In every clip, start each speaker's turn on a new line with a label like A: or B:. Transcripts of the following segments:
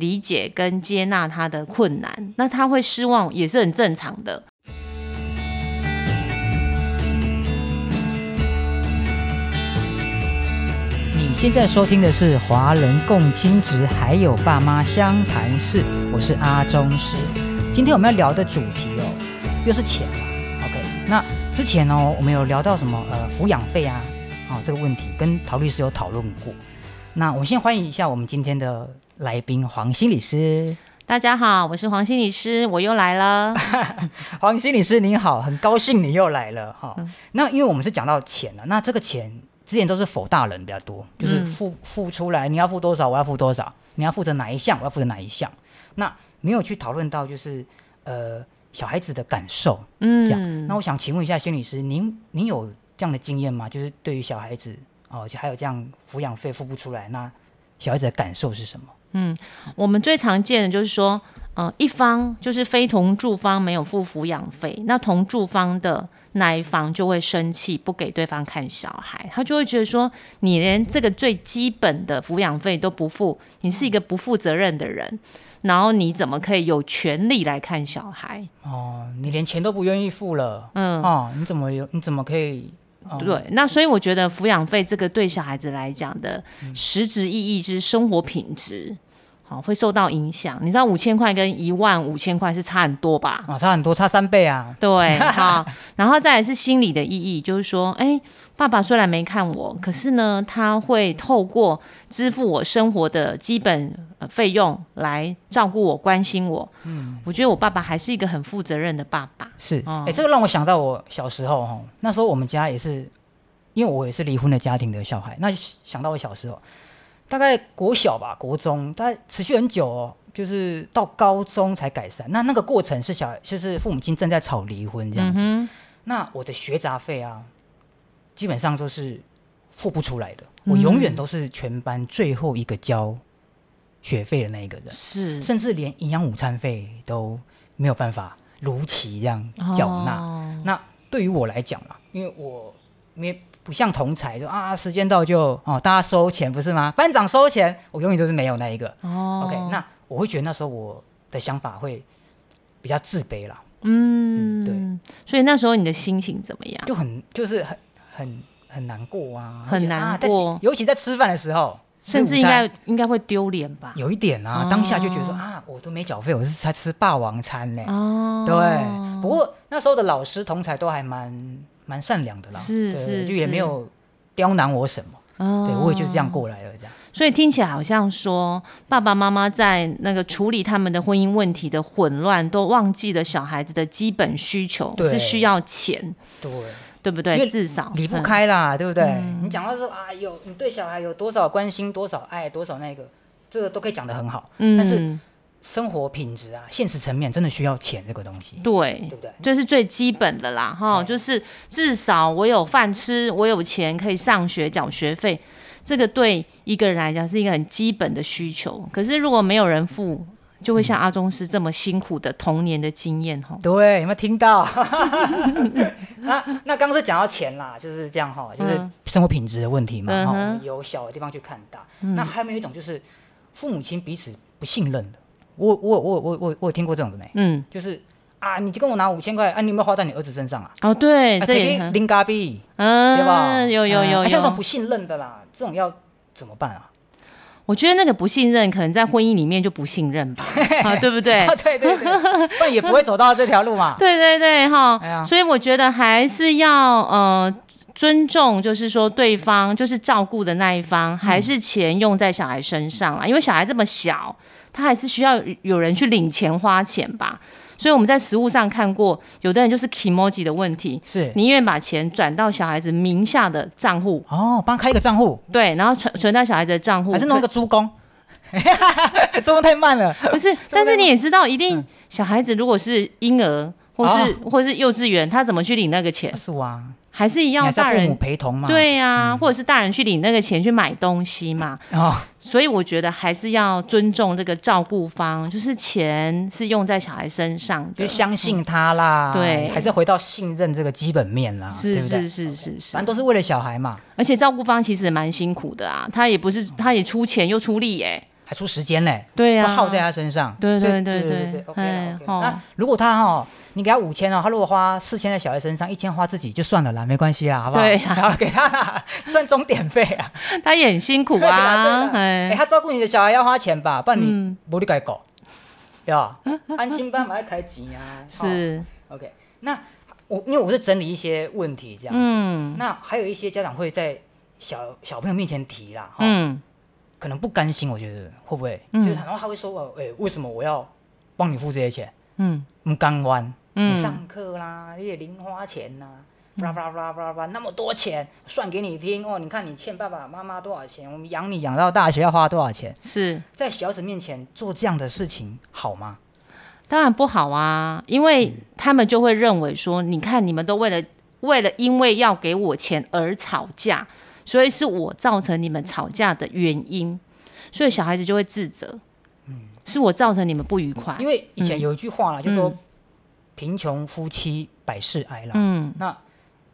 A: 理解跟接纳他的困难，那他会失望也是很正常的。
B: 你现在收听的是《华人共亲职还有爸妈相谈室》，我是阿中师。今天我们要聊的主题哦，又是钱嘛。OK，那之前哦，我们有聊到什么呃抚养费啊，哦这个问题跟陶律师有讨论过。那我先欢迎一下我们今天的来宾黄心理师，
A: 大家好，我是黄心理师，我又来 了。
B: 黄心理师您好，很高兴你又来了哈、
A: 嗯
B: 那因为我们是讲到钱了，那这个钱之前都是否大人比较多，就是
A: 嗯
B: 付、付出来，你要付多少，我要付多少，你要负责哪一项，我要负责哪一项，那没有去讨论到就是呃小孩子的感受这样。
A: 嗯，
B: 那我想请问一下心理师，您您有这样的经验吗？就是对于小孩子哦，还有这样抚养费付不出来，那小孩子的感受是什么？
A: 我们最常见的就是说，呃，一方就是非同住方没有付抚养费，那同住方的那一方就会生气，不给对方看小孩，他就会觉得说，你连这个最基本的抚养费都不付，你是一个不负责任的人，然后你怎么可以有权利来看小孩？
B: 哦，你连钱都不愿意付了，
A: 嗯，
B: 哦，你怎么有？你怎么可以？哦、
A: 对，那所以我觉得抚养费这个对小孩子来讲的
B: 嗯
A: 实质意义就是生活品质，好、会受到影响。你知道五千块跟一万五千块是差很多吧？
B: 啊，差很多，差三倍啊！
A: 对，好，然后再来是心理的意义，就是说，哎，爸爸虽然没看我，可是呢，他会透过支付我生活的基本呃费用来照顾我、关心我。嗯，我觉得我爸爸还是一个很负责任的爸爸。
B: 是，哎、
A: 哦
B: 这个让我想到我小时候哈，那时候我们家也是，因为我也是离婚的家庭的小孩，那想到我小时候，大概国小吧，国中，大概持续很久哦，就是到高中才改善。那那个过程是小，就是父母亲正在吵离婚这样
A: 嗯
B: 子。
A: 哼，
B: 那我的学杂费啊，基本上都是付不出来的，
A: 嗯
B: 我永远都是全班最后一个交学费的那一个人。
A: 是
B: 甚至连营养午餐费都没有办法如期这样缴纳。
A: 哦
B: 那对于我来讲啦，因为我没不像同才，就啊时间到就哦大家收钱不是吗？班长收钱，我永远都是没有那一个。
A: 哦
B: OK，那我会觉得那时候我的想法会比较自卑啦，
A: 嗯，
B: 嗯
A: 对，所以那时候你的心情怎么样？
B: 就很就是很很很难过啊，
A: 很
B: 觉得啊
A: 难过
B: 在尤其在吃饭的时候，
A: 甚至
B: 吃午
A: 应
B: 餐
A: 该应该会丢脸吧？
B: 有一点啊，
A: 哦
B: 当下就觉得说啊，我都没缴费，我是才吃霸王餐呢、
A: 哦，
B: 对，不过那时候的老师同才都还蛮蛮善良的啦，
A: 是
B: 对
A: 是
B: 就也
A: 是
B: 没有刁难我什么，
A: 哦
B: 对我也就是这样过来了，这样
A: 所以听起来好像说，爸爸妈妈在那个处理他们的婚姻问题的混乱，都忘记了小孩子的基本需求
B: 对
A: 是需要钱，
B: 对，
A: 对不
B: 因
A: 对？
B: 为
A: 至少
B: 离不
A: 嗯
B: 开啦，对不对？你讲到说啊，有你对小孩有多少关心，多少爱，多少那个，这个都可以讲得很好，
A: 嗯，
B: 但是生活品质啊，现实层面真的需要钱这个东西，
A: 对
B: 对。不对？
A: 这是最基本的啦，哈，
B: 对
A: 就是至少我有饭吃，我有钱可以上学缴学费，这个对一个人来讲是一个很基本的需求。可是如果没有人付，就会像阿宗师这么辛苦的童年的经验，哈，
B: 对，有没有听到？ 啊那那刚是讲到钱啦，就是这样哈，就是
A: 嗯
B: 生活品质的问题嘛
A: 嗯
B: 哈、
A: 哼嗯
B: 我们由小的地方去看大。那还有没有一种就是父母亲彼此不信任的？我我我我我我有听过这种的呢，
A: 嗯，
B: 就是啊，你就跟我拿五千块，啊，你有没有花在你儿子身上啊？
A: 哦，对，
B: 啊
A: 这也
B: 肯定
A: 很
B: 零咖币，
A: 嗯，
B: 对吧？
A: 有有
B: 嗯
A: 有
B: 啊像这
A: 有
B: 种不，信任的啦，这种要怎么办啊？
A: 我觉得那个不信任，可能在婚姻里面就不信任 吧，啊，对不对
B: 啊，？对对对，不然也不会走到这条路嘛。
A: 对对对，哈、
B: 哎呀
A: 所以我觉得还是要呃尊重，就是说对方就是照顾的那一
B: 嗯
A: 方，还是钱用在小孩身上啦，因为小孩这么小，他还是需要有人去领钱花钱吧。所以我们在实物上看过，有的人就是 k i m o j i 的问题，
B: 是
A: 宁愿把钱转到小孩子名下的账户，
B: 哦，帮他开一个账户，
A: 对，然后存存到小孩子的账户，
B: 嗯还是弄一个猪公？ 猪公太慢了。
A: 不 是，但是你也知道，一
B: 嗯
A: 定小孩子如果是婴儿。或是、
B: 哦
A: 或是幼稚园，他怎么去领那个钱？
B: 是啊，
A: 还是一
B: 你还
A: 样
B: 是
A: 大
B: 要父母
A: 人
B: 陪同嘛。嗯
A: 对呀、或者是大人去领那个钱去买东西嘛。
B: 哦，
A: 所以我觉得还是要尊重这个照顾方，就是钱是用在小孩身上
B: 就
A: 的，
B: 相信他啦。
A: 对
B: 还是回到信任这个基本面啦，
A: 是
B: 对不对
A: 是？是是是
B: 反正。都是为了小孩嘛，
A: 而且照顾方其实也蛮辛苦的啊，他也不是他也出钱又出力耶、
B: 还出时间嘞，
A: 对啊
B: 都
A: 呀、
B: 耗在啊他身上。
A: 对
B: 所以
A: 对对
B: 对对
A: 对
B: 对，OK
A: 哎
B: 啦 OK 啦。
A: 哦
B: 那如果他哈，你给他五千哦，他如果花四千在小孩身上，一千花自己就算了啦，没关系啦，好不 好？
A: 对啊呀
B: 然后给他啦算钟点费啊。
A: 他也很辛苦
B: 对啦
A: 啊，
B: 对啦哎，
A: 哎，
B: 他照顾你的小孩要花钱吧，不然你
A: 嗯
B: 不你改狗，对吧？ 安心班嘛要开钱 啊。哦
A: 是，
B: OK，那我因为我是整理一些问题这样子，
A: 嗯
B: 那还有一些家长会在小小朋友面前提啦，哈、
A: 嗯
B: 可能不甘心，我觉得会不会？
A: 嗯
B: 就是然后他会说，哦，哎、为什么我要帮你付这些钱？
A: 嗯
B: 不甘愿，你
A: 嗯，
B: 上课啦，你的零花钱呐、巴拉巴拉巴拉巴拉巴拉，那么多钱算给你听哦！你看你欠爸爸妈妈多少钱，我们养你养到大学要花多少钱，
A: 是，
B: 在小子面前做这样的事情好吗？
A: 当然不好啊，因
B: 嗯
A: 为他们就会认为说，你看你们都为了为了因为要给我钱而吵架，所以是我造成你们吵架的原因，所以小孩子就会自责，是我造成你们不愉快
B: 嗯因，为以前有一句话啦，就说贫穷夫妻百事哀啦。
A: 嗯
B: 那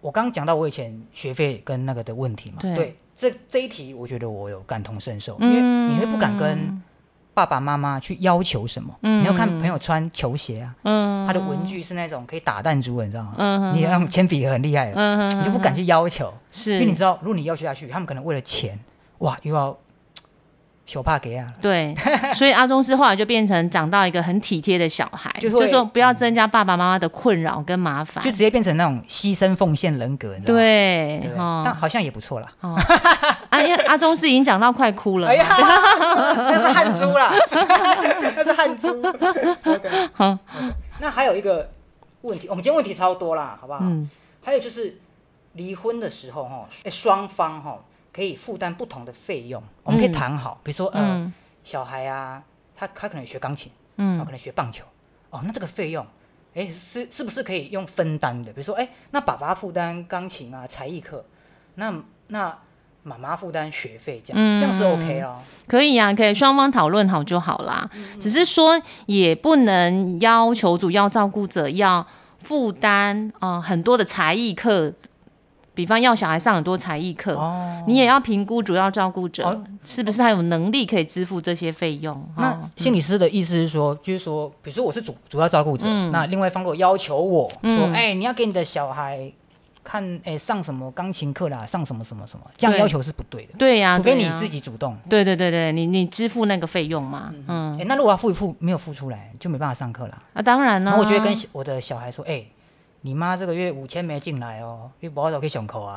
B: 我刚刚讲到我以前学费跟那个的问题嘛，
A: 对
B: 这这一题我觉得我有感同身受，因为
A: 嗯
B: 你会不敢跟爸爸妈妈去要求什么，
A: 嗯
B: 你要看朋友穿球鞋啊，
A: 嗯
B: 他的文具是那种可以打弹珠的，你知道吗？
A: 嗯
B: 你那种铅笔盒很厉害的，
A: 嗯
B: 你就不敢去要求，因
A: 是
B: 为你知道，如果你要求下去，他们可能为了钱，哇，又要手帕给啊，
A: 对，所以阿宗师后来就变成长到一个很体贴的小孩，
B: 就
A: 就
B: 会
A: 是说不要增加爸爸妈妈的困扰跟麻烦
B: 就。直接变成那种牺牲奉献人格，你知道吗？
A: 对
B: 对，但
A: 哦，
B: 好像也不错啦。
A: 哦，啊，因为阿宗师已经讲到快哭了
B: 哎，呀，那是汗珠 啦，那是汗珠。OK，
A: 好
B: 那还有一个问题，我们今天问题超多啦，好不好？
A: 嗯，
B: 还有就是离婚的时候哈，哎双方哈可以负担不同的费用，我们可以谈好，比如说呃，
A: 嗯
B: 小孩啊，他他可能学钢琴，他
A: 嗯
B: 可能学棒球，哦，那这个费用。哎，是是不是可以用分担的？比如说，哎，那爸爸负担钢琴啊、才艺课，那那妈妈负担学费，这样、这样是
A: 嗯
B: OK 咯。
A: 可以啊，可以，双方讨论好就好啦。
B: 嗯
A: 只是说也不能要求主要照顾者要负担啊很多的才艺课，比方要小孩上很多才艺课，
B: 哦，
A: 你也要评估主要照顾者、
B: 哦
A: 是不是他有能力可以支付这些费用。
B: 那
A: 哦
B: 心理师的意思是说，就是说，比如说我是主主要照顾者，
A: 嗯
B: 那另外一方如果要求我说，
A: 嗯
B: 哎、你要给你的小孩看，哎、上什么钢琴课啦，上什么什么什么，这样
A: 对
B: 要求是不对的，
A: 对呀、
B: 除非
A: 对啊
B: 你
A: 呀
B: 自己主动。
A: 对对对对，你你支付那个费用嘛，
B: 哎、
A: 嗯
B: 那如果要付一付没有付出来，就没办法上课啦。
A: 啊，当然
B: 然
A: 啦，
B: 后我就会跟小我的小孩说，哎、你妈这个月五千没进来哦，你不要找可以胸口啊，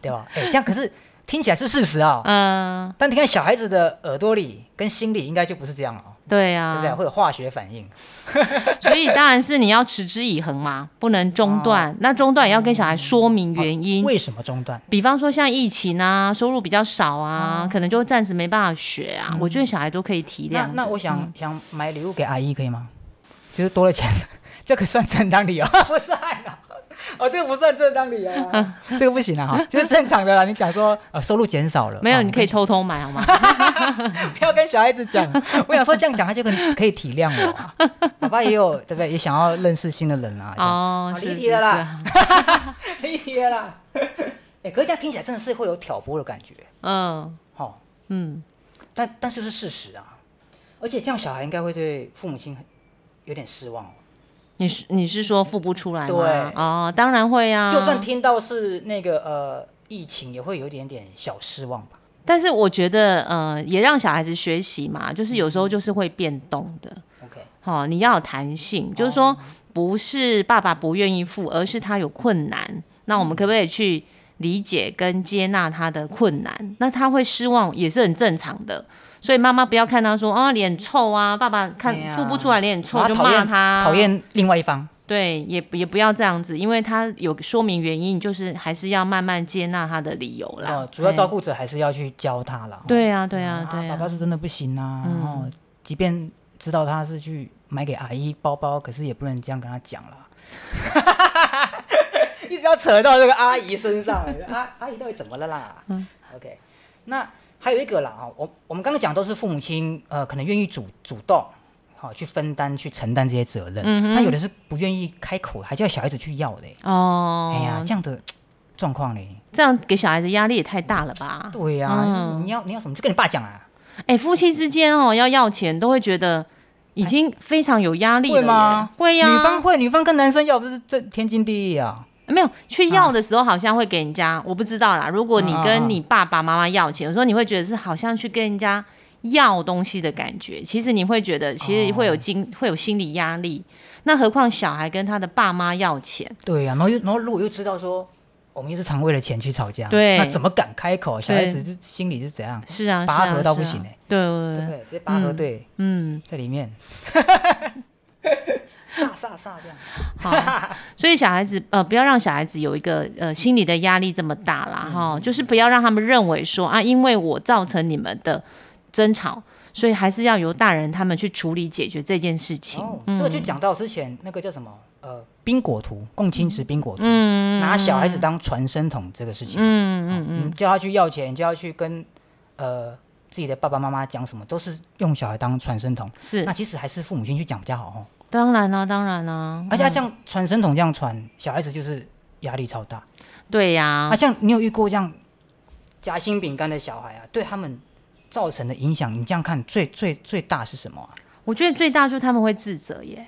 B: 对吧？哎、这样可是听起来是事实啊、
A: 嗯、
B: 但听在小孩子的耳朵里跟心里应该就不是这样了、哦，
A: 对啊
B: 对
A: 呀、
B: 不对？会有化学反应。
A: 所以当然是你要持之以恒嘛，不能中
B: 哦
A: 断。那中断也要跟小孩说明原因，
B: 为什么中断？
A: 比方说像疫情啊，收入比较少啊，可能就暂时没办法学啊。我觉得小孩都可以体
B: 哦嗯那
A: 谅。
B: 那我想、
A: 嗯
B: 想买礼物给阿姨可以吗？就是多了钱， 这个算正当理由？ 不算啊，哦，这个不算正当理由啊， 这个不行啊，哈，就是正常的啦。你讲说呃收入减少了，
A: 没有，
B: 哦
A: 你可以偷偷买好吗？
B: 不要跟小孩子讲。我想说这样讲，他就可以可以体谅 我、啊。爸爸也有对不对？也想要认识新的人啊。哦，
A: 哦，
B: 好
A: 是
B: 离
A: 是
B: 题了
A: 是
B: 啦
A: 啊，
B: 理解啦。 哎、可是这样听起来真的是会有挑拨的感觉，
A: 嗯
B: 哈、
A: 嗯，
B: 但但是是事实啊。而且这样小孩应该会对父母亲很有点失望哦。
A: 你是你是说付不出来吗？
B: 对
A: 哦，当然会啊。
B: 就算听到是那个呃疫情，也会有一点点小失望吧。
A: 但是我觉得，呃，也让小孩子学习嘛，就是有时候就是会变动的。
B: OK，
A: 好、你要有弹
B: 哦
A: 性，就是说不是爸爸不愿意付，而是他有困难。那我们可不可以去理解跟接纳他的困难？那他会失望也是很正常的。所以妈妈不要看他说啊脸臭啊，爸爸看
B: 对啊
A: 付不出来脸臭
B: 然后
A: 就
B: 讨
A: 骂
B: 厌
A: 他，
B: 讨。厌另外一方，
A: 对，也也不要这样子，因为他有说明原因，就是还是要慢慢接纳他的理由啦。
B: 呃，主要照
A: 顾。
B: 顾者还是要去教他啦。
A: 对啊，对啊，对
B: 爸
A: 啊嗯
B: 爸。是真的不行啊。哦，即便知道他是去买给阿姨包包，可是也不能这样跟他讲啦。 一直要扯到这个阿姨身上，阿、阿姨到底怎么了啦？嗯，OK，那还有一个啦，哦我我们刚刚讲都是父母亲，呃，可能愿意主主动，好、去分担、去承担这些责任。
A: 嗯哼
B: 那有的是不愿意开口，还叫小孩子去要的、
A: 哦，
B: 哎呀，这样的状况嘞，
A: 这样给小孩子压力也太大了吧？
B: 对呀、
A: 嗯
B: 你要你要什么就跟你爸讲啊。
A: 哎、夫妻之间哦要要钱，都会觉得已经非常有压力了
B: 会
A: 耶
B: 吗？
A: 会呀、
B: 女方会，女方跟男生要不是这天经地义啊。
A: 没有去要的时候，好像会给人家，我不知道啦。如果你
B: 啊
A: 跟你爸爸妈妈要钱，有时候你会觉得是好像去跟人家要东西的感觉，其实你会觉得其实会
B: 哦
A: 有经、会有心理压力。那何况小孩跟他的爸妈要钱，
B: 对呀、然后又然后如果又知道说我们又是常为了钱去吵架，
A: 对
B: 那怎么敢开口？小
A: 对
B: 孩子就心里是怎样？
A: 是啊，
B: 拔
A: 是啊
B: 河到不
A: 是啊
B: 行欸
A: 对
B: 对
A: 对
B: 不
A: 对，
B: 对？直接拔河
A: 嗯
B: 队、
A: 嗯，
B: 在里 面，飒飒飒这样。
A: 好， 所以小孩子呃，不要让小孩子有一个呃心理的压力这么大
B: 嗯
A: 啦，哈、就是不要让他们认为说啊，因为我造成你们的争吵，所以还是要由大人他们去处理解决这件事情。
B: 哦，
A: 嗯
B: 这个就讲到之前那个叫什么呃冰果图，共青池冰果图，
A: 嗯
B: 拿小孩子当传声筒这个事情，
A: 嗯嗯嗯，
B: 嗯，叫他去要钱，叫他去跟呃自己的爸爸妈妈讲什么，都是用小孩当传声筒。
A: 是
B: 那，其实还是父母亲去讲比较好哦，
A: 当然啦、当然啦、啊
B: 而且他这样传声筒这样传，小孩子就是压力超大。
A: 对呀、
B: 啊，像你有遇过这样夹心饼干的小孩啊，对他们造成的影响，你这样看最最最大是什么啊？
A: 我觉得最大就是他们会自责耶，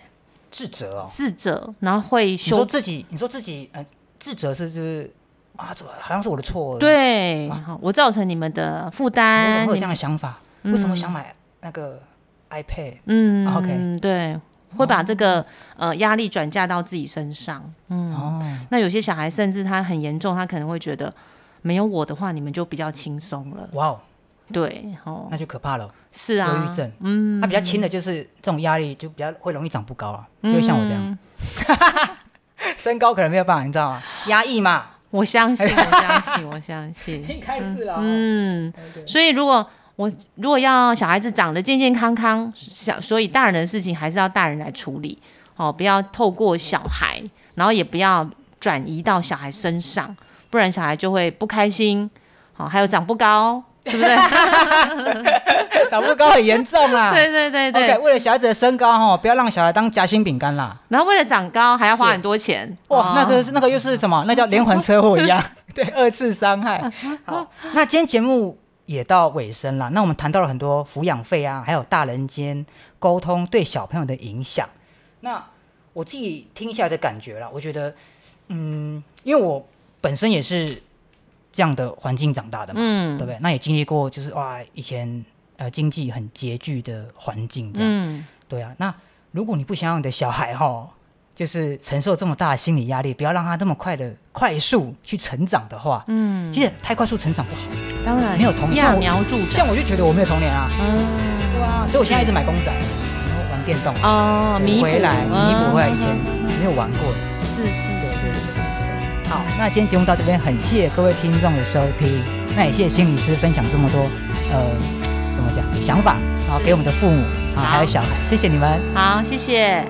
B: 自责哦，
A: 自责，然后会
B: 你说
A: 羞，
B: 自己，你说自己，呃，自责是就是啊，怎么好像是我的错？，
A: 对，
B: 啊
A: 好我造成你们的负
B: 我怎么
A: 担
B: 会有，这样的想法？
A: 嗯
B: 为什么想买那个 iPad？
A: 嗯
B: 啊，OK
A: 对，会把这个、呃压力转嫁到自己身上，嗯，
B: 哦，
A: 那有些小孩甚至他很严重，他可能会觉得没有我的话，你们就比较轻松了，
B: 哇哦，
A: 对，哦，
B: 那就可怕了。
A: 是
B: 哎忧
A: 啊
B: 郁，症，
A: 嗯，
B: 它比较轻的就是这种压力，就比较会容易长不高啊，就会像我这样，
A: 嗯，
B: 身高可能没有办法，你知道吗？压抑嘛，
A: 我相信，我相信，我相信，
B: 应该是啦。哦
A: 嗯
B: 对，
A: 所以如果我如果要小孩子长得健健康康，小所以大人的事情还是要大人来处理哦，不要透过小孩，然后也不要转移到小孩身上，不然小孩就会不开心，哦，还有长不高，对不对？
B: 啊长不高很严重啦。
A: 对对对对。
B: OK，为了小孩子的身高哈，不要让小孩当夹心饼干啦。
A: 然后为了长高还要花
B: 是
A: 很多钱，
B: 哇，
A: 哦
B: 那个是那个又是什么？那叫连环车祸一样， 对，二次伤 害。好，那今天节目也到尾声了，那我们谈到了很多抚养费啊，还有大人间沟通对小朋友的影响。那我自己听下来的感觉啦，我觉得，嗯，因为我本身也是这样的环境长大的嘛，
A: 嗯
B: 对不对？那也经历过就是哇，以前呃经济很拮据的环境这样。
A: 嗯，
B: 对啊，那如果你不想让你的小孩哈、就是承受这么大的心理压力，不要让他这么快的快速去成长的话，嗯，其实太快速成长不好。
A: 当然
B: 没有同
A: 揠
B: 向我
A: 苗助长，
B: 像我就觉得我没有童年啊，
A: 嗯
B: 对啊，所以我现在一直买公仔，然后玩电动，
A: 哦，弥补
B: 回来弥补回来以前
A: 嗯
B: 没有玩过的。
A: 是是是是是，
B: 好，那今天节目到这边，很谢谢各位听众的收听，那也谢谢心理师分享这么多，呃，怎么讲想法，然后
A: 是
B: 给我们的父母啊，还有
A: 好
B: 小孩，谢谢你们。
A: 好，谢谢。